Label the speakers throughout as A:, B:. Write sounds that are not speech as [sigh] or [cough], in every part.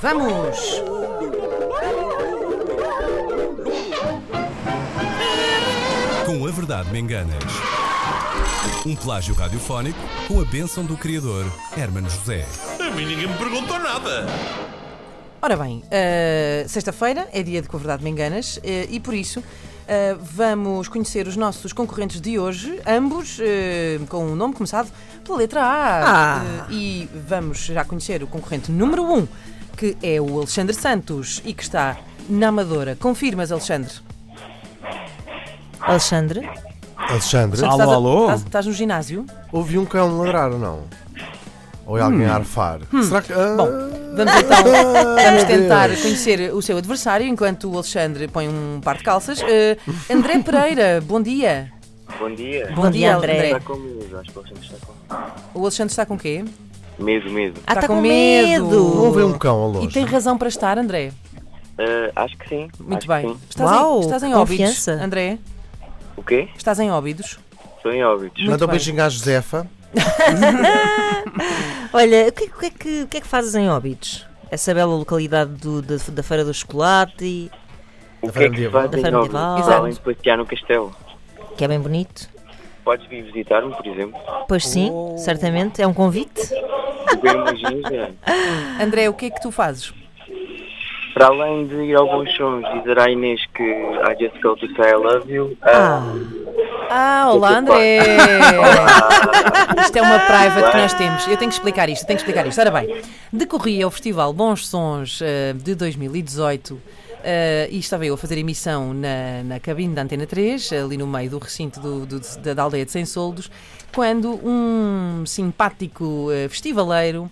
A: Vamos!
B: Com a verdade me enganas. Um plágio radiofónico com a bênção do criador Hermano José.
C: A mim ninguém me perguntou nada.
A: Ora bem, ah, sexta-feira é dia de Com a Verdade Me Enganas eh, e por isso ah, vamos conhecer os nossos concorrentes de hoje, ambos eh, com o nome começado pela letra A.
D: Ah.
A: Eh, e vamos já conhecer o concorrente número 1, um, que é o Alexandre Santos e que está na Amadora. Confirmas, Alexandre?
D: Alexandre?
A: Tá
E: Alexandre,
A: Portanto,
F: Alô,
A: estás a-
F: alô?
A: Estás, estás no ginásio?
E: ouvi um cão ladrar ou não? Ou é alguém a arfar? Será que. Ah,
A: Hum. Bom, vamos então
E: ah,
A: vamos
E: meu
A: tentar
E: Deus.
A: conhecer o seu adversário enquanto o Alexandre põe um par de calças. Eh, André Pereira, bom dia.
G: Bom dia.
A: Bom,
D: dia, André.
G: Está com medo, acho que o Alexandre está com medo.
A: O Alexandre está com quê?
G: Medo, medo.
D: Ah,
A: Tá
D: tá
A: com
D: com
A: medo.
D: medo!
E: Ouvi um cão ao
A: E
E: longe.
A: tem razão para estar, André.
G: Ah, acho que sim.
A: Muito
G: acho
A: bem.
G: Que sim.
A: Estás
D: Uau,
A: em, estás em
D: que
A: óbidos,
D: confiança.
A: André.
G: O quê?
A: Estás em óbidos.
G: Estou em óbitos.
A: Muito
E: Manda um
A: bem.
E: beijinho à Josefa.
D: Olha, o que, o que é que, o que é que fazes em Óbidos? Essa bela localidade do- da, da Feira do Chocolate, e-
G: O
E: Da
G: que é
E: Feira
G: que se
E: Medieval.
G: faz em
D: Da Feira
G: óbitos?
D: Medieval.
G: Para Além de passear no castelo.
D: que é bem bonito.
G: Podes vir visitar-me, por exemplo.
D: Pois sim,
A: Oh.
D: certamente, é um convite.
G: Beber uma ginja.
A: André, o que é que tu fazes?
G: Para além de ir ao Bons Sons, dizer à Inês que I just go to say I love you.
D: Ah,
G: ah,
A: Ah, olá, André. Isto é uma private que nós temos. Eu tenho que explicar isto, eu tenho que explicar isto. Ora bem, decorria o Festival Bons Sons eh, de 2018 eh, e estava eu a fazer emissão na, na cabine da Antena 3, ali no meio do recinto do- do- da, da aldeia de Sem Soldos, quando um simpático eh, festivaleiro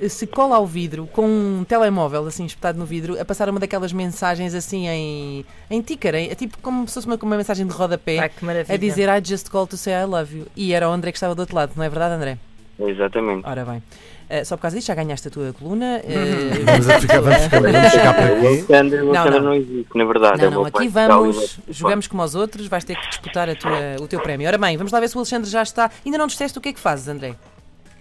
A: eh, se cola ao vidro com um telemóvel assim espetado no vidro a passar uma daquelas mensagens assim em, em tícara, em- é tipo como se fosse uma, uma mensagem de rodapé
D: Ah, que maravilha.
A: É. a dizer I just called to say I love you. E era o André que estava do outro lado, não é verdade, André?
G: Exatamente.
A: Ora bem, eh, só por causa disso já ganhaste a tua coluna. eh,
E: Vamos a ficar, vamos ficar, vamos ficar por aqui.
G: Alexandre, o
A: Não,
G: Alexandre
A: não.
G: não, existe, na verdade. é
A: Não,
G: o
A: não,
G: meu pai
A: aqui
G: que está ali
A: vamos,
G: no-
A: jogamos como aos outros, vais ter que disputar a tua- o teu prémio. Ora bem, vamos lá ver se o Alexandre já está. Ainda não disseste o que é que fazes, André?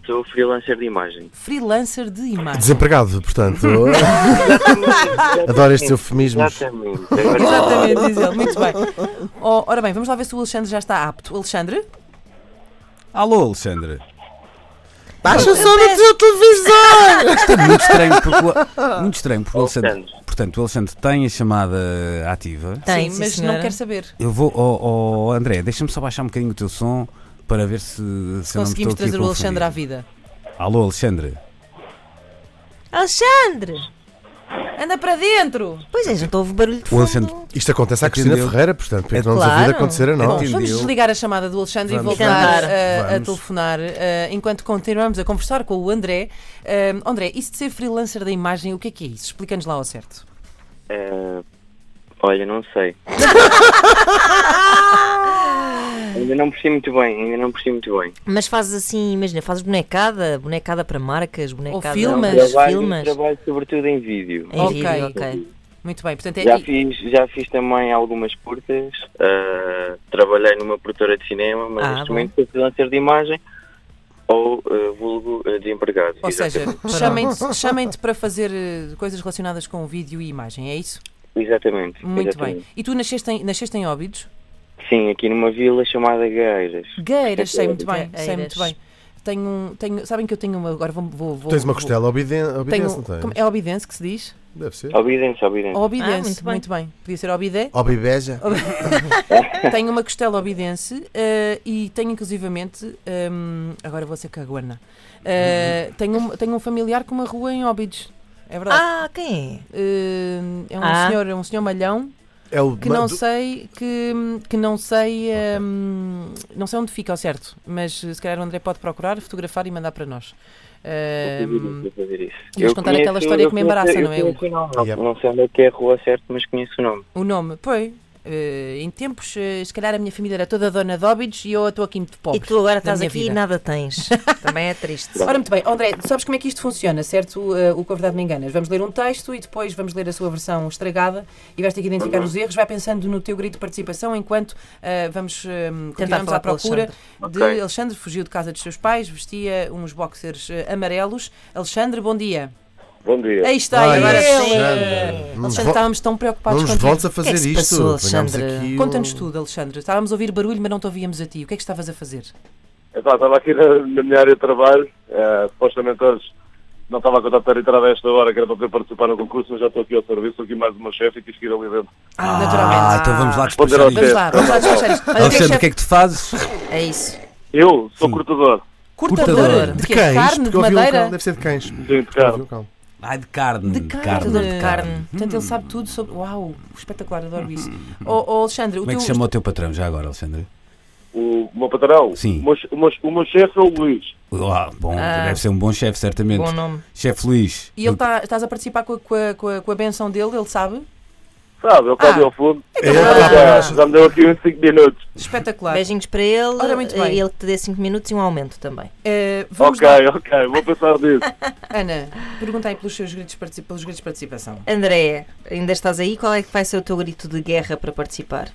G: Sou freelancer de imagem.
A: Freelancer de imagem. [laughs]
E: Desempregado, portanto.
A: Ah.
E: Adoro estes eufemismos.
G: Exatamente.
A: Exatamente, diz ele. Muito bem. Oh, ora bem, vamos lá ver se o Alexandre já está apto. Alexandre?
F: Alô, Alexandre.
E: Baixa só no teu televisor!
F: Isto é muito estranho porque, o- muito estranho porque o Alexandre.
G: Alexandre.
F: Portanto, o Alexandre tem a chamada ativa.
D: Tem,
A: Sim,
D: sim,
A: mas
D: senhora.
A: não quero saber.
F: Eu vou. Oh, oh, André, deixa-me só baixar um bocadinho o teu som para ver se, se eu não me estou
A: Conseguimos
F: aqui
A: trazer o
F: a
A: Alexandre à
F: confundir.
A: vida.
F: Alô, Alexandre.
D: Alexandre!
A: Anda para dentro!
D: Pois é, já não houve barulho de
F: O
D: fundo.
F: Alexandre.
E: Isto acontece à Cristina
F: Entendeu?
E: Ferreira, portanto, porque não nos
D: Claro.
E: havia de acontecer a
F: Bom,
E: nós.
A: Vamos
F: Entendeu?
A: desligar a chamada do Alexandre
F: Vamos.
A: e voltar
D: Vamos.
A: eh, a
F: Vamos.
A: telefonar eh, enquanto continuamos a conversar com o André. Eh, André, isso de ser freelancer da imagem, o que é que é isso? Explica-nos lá ao certo.
G: Eh, olha, não sei. ainda não percebi muito bem, ainda não percebi muito bem.
D: Mas fazes assim, imagina, fazes bonecada, bonecada para marcas, bonecada
A: filmas.
D: para os
G: trabalho,
D: filmes.
G: trabalho sobretudo em vídeo.
D: Em
A: Ok.
D: vídeo, ok.
A: Muito bem, portanto é.
G: Já
A: e-
G: fiz, já fiz também algumas curtas, eh, trabalhei numa produtora de cinema, mas
D: Ah,
G: neste
D: bom.
G: momento sou freelancer de imagem ou eh, vulgo eh, desempregado.
A: Ou seja,
G: Exatamente.
A: [laughs] chamem-te chamem para fazer eh, coisas relacionadas com vídeo e imagem, é isso?
G: Exatamente.
A: Muito
G: exatamente.
A: bem. E tu nasceste em, nasceste em Óbidos?
G: Sim, aqui numa vila chamada Gaeiras.
A: Uhum. Gueiras, sei muito bem, sei
D: Gueiras.
A: muito bem. Tenho, um- tenho, sabem que eu tenho uma. Agora vou. vou, vou
E: Tens uma
A: vou-
E: costela obiden-
A: Tenho,
E: obidence, não
A: como-
E: tens?
A: é Obidense que se diz?
E: Deve ser.
G: Obidense, obidense.
A: Obidense,
D: Ah, muito
A: muito,
D: bem.
A: bem. Podia ser Obidé,
E: Obibeja.
A: Tenho uma costela obidense eh, e tenho inclusivamente. hum, agora vou ser caguana. Eh, tenho, um, tenho um familiar com uma rua em Óbidos. É verdade.
D: Ah, quem é?
A: Eh, é um
D: Ah.
A: senhor, é um senhor malhão
E: É o
A: que
E: ma-
A: não
E: do-
A: sei que, que não sei hum, não sei onde fica ao certo, mas eh, se calhar o André pode procurar, fotografar e mandar para nós. Eh,
G: Obidense, vou fazer isso.
A: e vamos
G: Eu
A: contar aquela
G: conheço-
A: história
G: eu
A: que me
G: conheço-
A: embaraça,
G: eu
A: não é,
G: conheço o nome. Não,
E: Yep.
G: não sei onde é que é a rua certa, mas conheço o nome.
A: o nome, pois. eh, em tempos, eh, se calhar a minha família era toda dona de Óbidos e eu estou aqui muito pobre.
D: E tu agora
A: na
D: estás
A: minha
D: aqui
A: vida.
D: e
A: [laughs]
D: nada tens. Também é triste.
A: Ora, muito bem. André, sabes como é que isto funciona, certo? Uh, o Convidado Me Enganas. Vamos ler um texto e depois vamos ler a sua versão estragada e vais ter que identificar os erros. Vai pensando no teu grito de participação enquanto uh, vamos um, continuamos
D: falar
A: à
D: com o
A: procura de
G: Ok.
A: eh, Alexandre. Fugiu de casa dos seus pais, vestia uns boxers uh, amarelos. Alexandre, bom dia.
H: Bom dia.
A: Aí está,
E: Ai,
A: agora sim.
E: Alexandre. Não nos
A: Alexandre, tá,
E: vo-
A: estávamos tão preocupados
E: Não nos
A: com
E: voltes a
A: contigo.
D: que é
E: fazer
D: que se
E: isto.
D: passou,
E: Apanhámos
D: Alexandre?
E: aqui o-
A: Conta-nos tudo, Alexandre. Estávamos a ouvir barulho, mas não te ouvíamos a ti. O que é que estavas a fazer?
H: Epá, É estava aqui na, na minha área de trabalho, eh, supostamente hoje não estava a contar de ter entrado a esta hora, que era para poder participar no concurso, mas já estou aqui ao serviço, sou aqui mais uma chefe e quis que ir ali dentro.
F: Ah,
A: Naturalmente.
F: então vamos lá
H: Responder
F: despachar
H: ao
A: Vamos
F: isto.
H: chefe.
A: lá, vamos lá despachar isto. Mas o que é que
F: Alexandre, o que
A: chefe-
F: é que tu fazes?
D: É isso.
H: Eu sou cortador,
A: Cortador.
F: Cortador.
A: De
E: De
A: quê?
E: cães,
A: Carne,
E: porque
A: de
E: eu ouvi um cão,
A: madeira?
E: deve ser de cães.
H: sim, de
E: Eu ouvi
H: carro.
E: um cão.
F: Ai, de carne. Hum.
A: De carne. Hum.
D: Cortador de carne.
A: Portanto, ele sabe tudo sobre. Uau, espetacular, adoro isso. Ó ó, Alexandre, o
F: Como é
A: teu.
F: que se chama o teu patrão já agora, Alexandre?
H: O meu patrão,
F: Sim.
H: o meu, o meu- o meu chefe é o Luís.
F: Ah, bom,
D: Ah.
F: deve ser um bom chefe, certamente.
D: Bom nome.
F: Chefe Luís.
A: E ele tá, estás a participar com a, com, a, com, a, com a benção dele, ele sabe?
H: Sabe, ele está
A: Ah.
H: ali ao fundo.
A: Ah.
H: Já, já me deu aqui uns 5 minutos.
A: Espetacular.
D: Beijinhos para ele.
A: Ora, muito bem.
D: Ele que te dê 5 minutos e um aumento também.
A: Eh, vamos
H: ok,
A: lá.
H: ok, vou
A: [laughs]
H: pensar nisso.
A: Ana, pergunta aí pelos seus gritos, de partici- pelos gritos de participação.
D: André, ainda estás aí? Qual é que vai ser o teu grito de guerra para participar?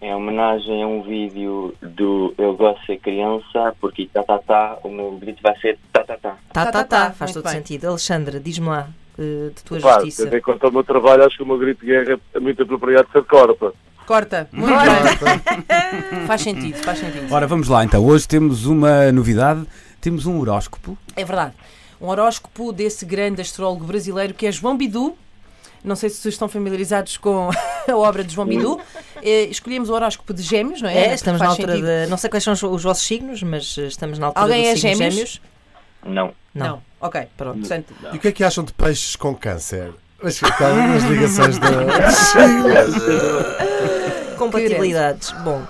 G: É homenagem a um vídeo do Eu Gosto de Ser Criança, porque tá, tá, tá, o meu grito vai ser tá, tá, tá.
D: Tá,
A: Tá,
D: tá,
A: tá,
D: tá.
A: tá.
D: Faz
A: Muito
D: todo
A: bem.
D: sentido. Alexandre, diz-me lá eh, de tua
H: Pá,
D: justiça.
H: tendo em conta o meu trabalho, acho que o meu grito de guerra é muito apropriado de ser corta.
A: Corta. Muito bem. [laughs] faz sentido, faz sentido.
F: Ora, vamos lá então. Hoje temos uma novidade. Temos um horóscopo.
A: É verdade. Um horóscopo desse grande astrólogo brasileiro que é João Bidu. Não sei se estão familiarizados com [laughs] a obra de João Bidu. Eh, escolhemos o horóscopo de Gêmeos, não é?
D: Hum. É, estamos na
A: Faz
D: altura
A: sentido.
D: de. Não sei quais são os, os vossos signos, mas eh, estamos na altura
A: Alguém
D: do
A: é
D: signo
A: gêmeos?
G: Não.
A: Não.
D: Não.
A: Ok.
D: Pronto.
A: Portanto,
E: E o que é que acham de peixes com câncer? Mas ficaram nas
D: [laughs]
E: ligações da.
D: É Compatibilidades.
A: [laughs]
D: Bom,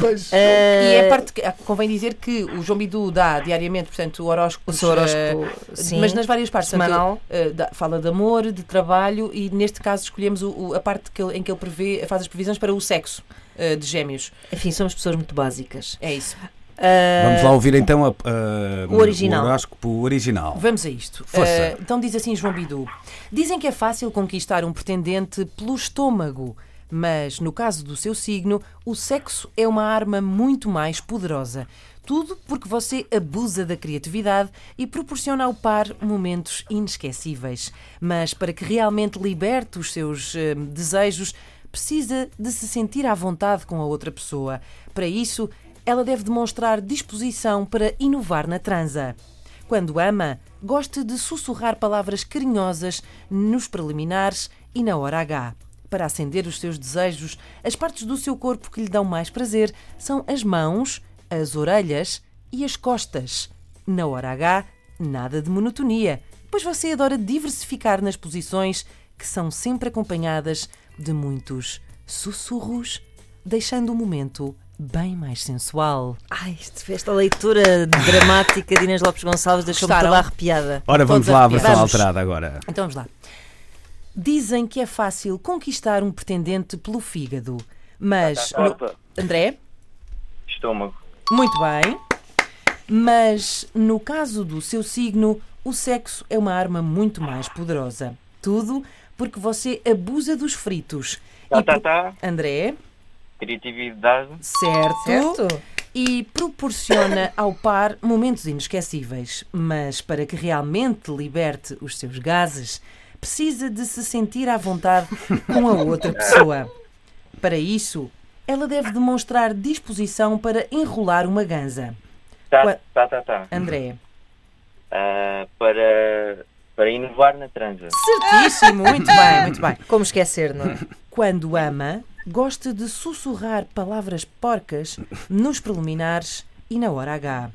E: Peixes.
D: Eh,
A: e é parte que, ah, convém dizer que o João Bidu dá diariamente, portanto, o horóscopo.
D: o seu horóscopo. sim.
A: Eh, Mas nas várias partes. portanto,
D: Semanal.
A: ele, eh, dá- fala de amor, de trabalho e neste caso escolhemos o- o- a parte que ele- em que ele prevê, faz as previsões para o sexo eh, de Gêmeos.
D: Enfim, somos pessoas muito básicas.
A: É isso.
D: Ah,
F: Vamos lá ouvir então a- a-
D: O original.
F: o horóscopo original.
A: Vamos a isto.
F: Força.
A: Eh, então diz assim João Bidu. Dizem que é fácil conquistar um pretendente pelo estômago, mas no caso do seu signo, o sexo é uma arma muito mais poderosa. Tudo porque você abusa da criatividade e proporciona ao par momentos inesquecíveis. Mas para que realmente liberte os seus eh, desejos, precisa de se sentir à vontade com a outra pessoa. Para isso, ela deve demonstrar disposição para inovar na transa. Quando ama, gosta de sussurrar palavras carinhosas nos preliminares e na hora H. Para acender os seus desejos, as partes do seu corpo que lhe dão mais prazer são as mãos, as orelhas e as costas. Na hora H, nada de monotonia, pois você adora diversificar nas posições que são sempre acompanhadas de muitos sussurros, deixando o momento bem mais sensual.
D: Ai, isto- esta leitura dramática de Inês Lopes Gonçalves deixou-me
A: Gostaram?
D: toda arrepiada.
F: Ora, vamos
A: Todos
F: lá à
A: arrepiados.
F: versão
A: Vamos.
F: alterada agora.
A: Então vamos lá. Dizem que é fácil conquistar um pretendente pelo fígado,
G: Tá,
A: mas. no- André,
G: Estômago.
A: muito bem. Mas no caso do seu signo, o sexo é uma arma muito mais poderosa. Tudo porque você abusa dos fritos.
G: Tá,
A: E
G: tá,
A: por-
G: tá.
A: André,
G: Criatividade.
A: certo. E proporciona ao par momentos inesquecíveis. Mas para que realmente liberte os seus gases, precisa de se sentir à vontade com a outra pessoa. Para isso, ela deve demonstrar disposição para enrolar uma ganza. Qua-
G: Tá, tá, tá, tá.
A: André.
G: Ah, para, para inovar na transa.
A: Certíssimo, muito bem, muito bem.
D: Como esquecer, não é?
A: Quando ama, gosta de sussurrar palavras porcas nos preliminares e na hora H.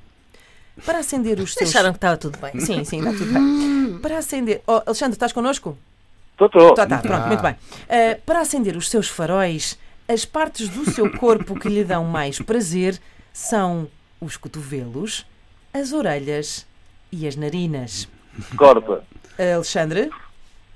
A: Para acender os seus.
D: Acharam que estava tudo bem.
A: Sim, sim, está tudo bem. Para acender. Oh, Alexandre, estás connosco?
H: Estou,
A: Tá, tá, pronto, muito bem. Ah, para acender os seus faróis, as partes do seu corpo que lhe dão mais prazer são os cotovelos, as orelhas e as narinas.
H: corta.
A: Alexandre?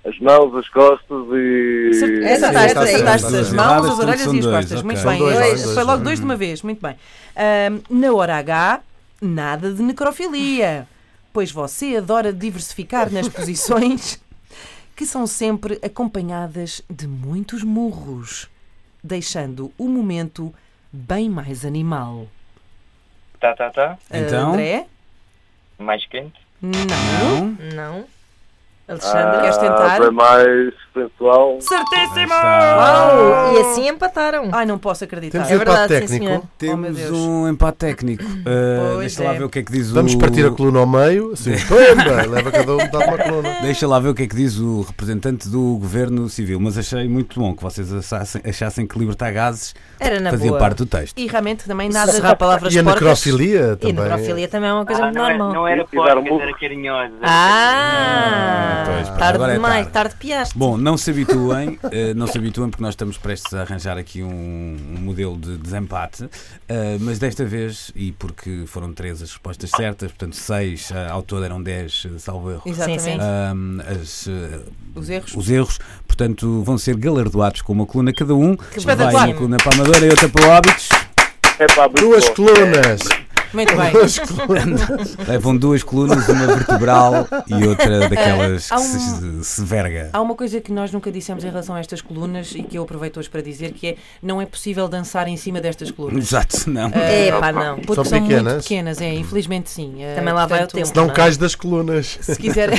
H: As mãos, as costas e.
A: Essa está,
E: está, esta
A: esta
E: está,
A: as
E: esta
A: as
E: está.
A: mãos,
F: Erradas,
A: as orelhas
F: são
A: e as
F: dois,
A: costas.
F: ok.
A: Muito
E: São
A: bem.
E: dois,
A: Dois,
E: são dois,
A: Foi logo
E: são
A: dois de uma vez, muito bem. Ahm, na hora H, nada de necrofilia, pois você adora diversificar
F: [laughs]
A: nas posições que são sempre acompanhadas de muitos murros, deixando o momento bem mais animal.
G: Tá, tá, tá.
A: Ah,
D: Eh, Oh,
F: Então?
A: André?
G: Mais quente.
A: Não.
F: Não?
D: Não. Alexandre.
A: Queres tentar?
H: Foi mais sensual.
D: Certíssimo!
F: Está.
D: Uau! E assim empataram.
A: Ai, não posso acreditar.
E: Temos
D: é
E: empate
D: verdade, sim,
E: técnico.
D: senhor. oh, meu
F: Temos
D: Deus.
F: um empate técnico. Uh,
D: Pois
F: deixa lá
D: é.
F: ver o que é que diz
E: Vamos
F: o.
E: partir a coluna ao meio,
D: [laughs]
E: assim, pumba, leva cada um metade de uma coluna.
F: Deixa lá ver o que é que diz o representante do governo civil. Mas achei muito bom que vocês achassem, achassem que libertar gases
D: Era na
F: fazia
D: boa.
F: parte do texto.
A: E realmente também nada.
D: Nada de palavras
E: E a
D: porcas.
E: necrofilia
D: E a
E: também.
D: necrofilia também é uma coisa
G: Ah,
D: muito
G: não, era,
D: normal.
G: não era
H: Eles fizeram
G: porcas, era
H: burros.
G: carinhosa.
D: Ah!
F: Ah, pois, pronto,
D: tarde
F: agora é
D: demais,
F: tarde.
D: tarde piaste.
F: Bom, não se habituem, [laughs] eh, não se habituem porque nós estamos prestes a arranjar aqui um, um modelo de desempate, eh, mas desta vez, e porque foram três as respostas certas, portanto seis, eh, ao todo eram dez, eh, salvo erro,
A: Exatamente.
D: Sim, sim.
F: ahm, as, eh,
A: Os erros.
F: os erros, portanto vão ser galardoados com uma coluna cada um, que vai
A: espetacular.
F: uma coluna para a Amadora e outra para o Óbitos,
H: É pá, muito
E: Duas
H: bom.
E: colunas.
A: Muito
E: [laughs]
A: bem.
D: [laughs]
E: Duas colunas.
F: levam duas colunas, uma vertebral e outra daquelas
A: Eh, há um
F: que se, se verga.
A: Há uma coisa que nós nunca dissemos em relação a estas colunas e que eu aproveito hoje para dizer que é não é possível dançar em cima destas colunas.
F: Exato, não.
A: Eh,
D: É pá, não.
A: Porque
E: São
A: são muito
E: pequenas?
A: pequenas, é, infelizmente sim. Eh,
D: Também lá vai o
A: portanto,
D: tempo.
E: Não cais das colunas.
A: Se quiser.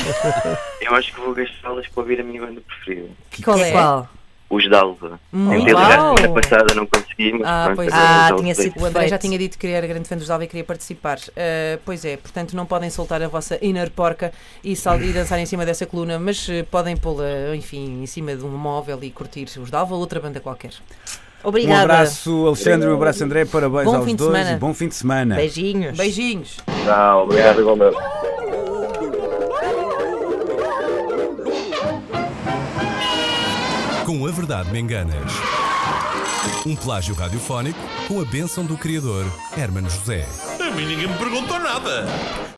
G: Eu acho que vou gastá-las para ouvir a minha banda preferida.
D: Qual é?
A: Qual?
G: Os Dalva. Tentei
A: Uau.
G: ligar semana passada, não consegui, mas
A: Ah,
G: tá- pronto,
A: pois é.
G: agora os
D: Hum, Ah,
G: Dalva
D: tinha
G: têm.
D: sido
A: O André já
D: perfeito.
A: tinha dito que era grande fã dos Dalva e queria participar. Eh, pois é, portanto não podem soltar a vossa inner porca e sal- e dançar em cima dessa coluna, mas eh, podem pô-la, enfim, em cima de um móvel e curtir os Dalva ou outra banda qualquer.
F: Um
D: Obrigada.
F: abraço, Alexandre, um abraço, André, parabéns
A: Bom
F: aos
A: fim de
F: dois
A: semana.
F: e bom fim de semana.
D: Beijinhos.
A: Beijinhos!
H: Não, obrigado igualmente.
B: Com a Verdade Me Enganas. Um plágio radiofónico com a bênção do criador Hermano José.
C: A mim ninguém me perguntou nada.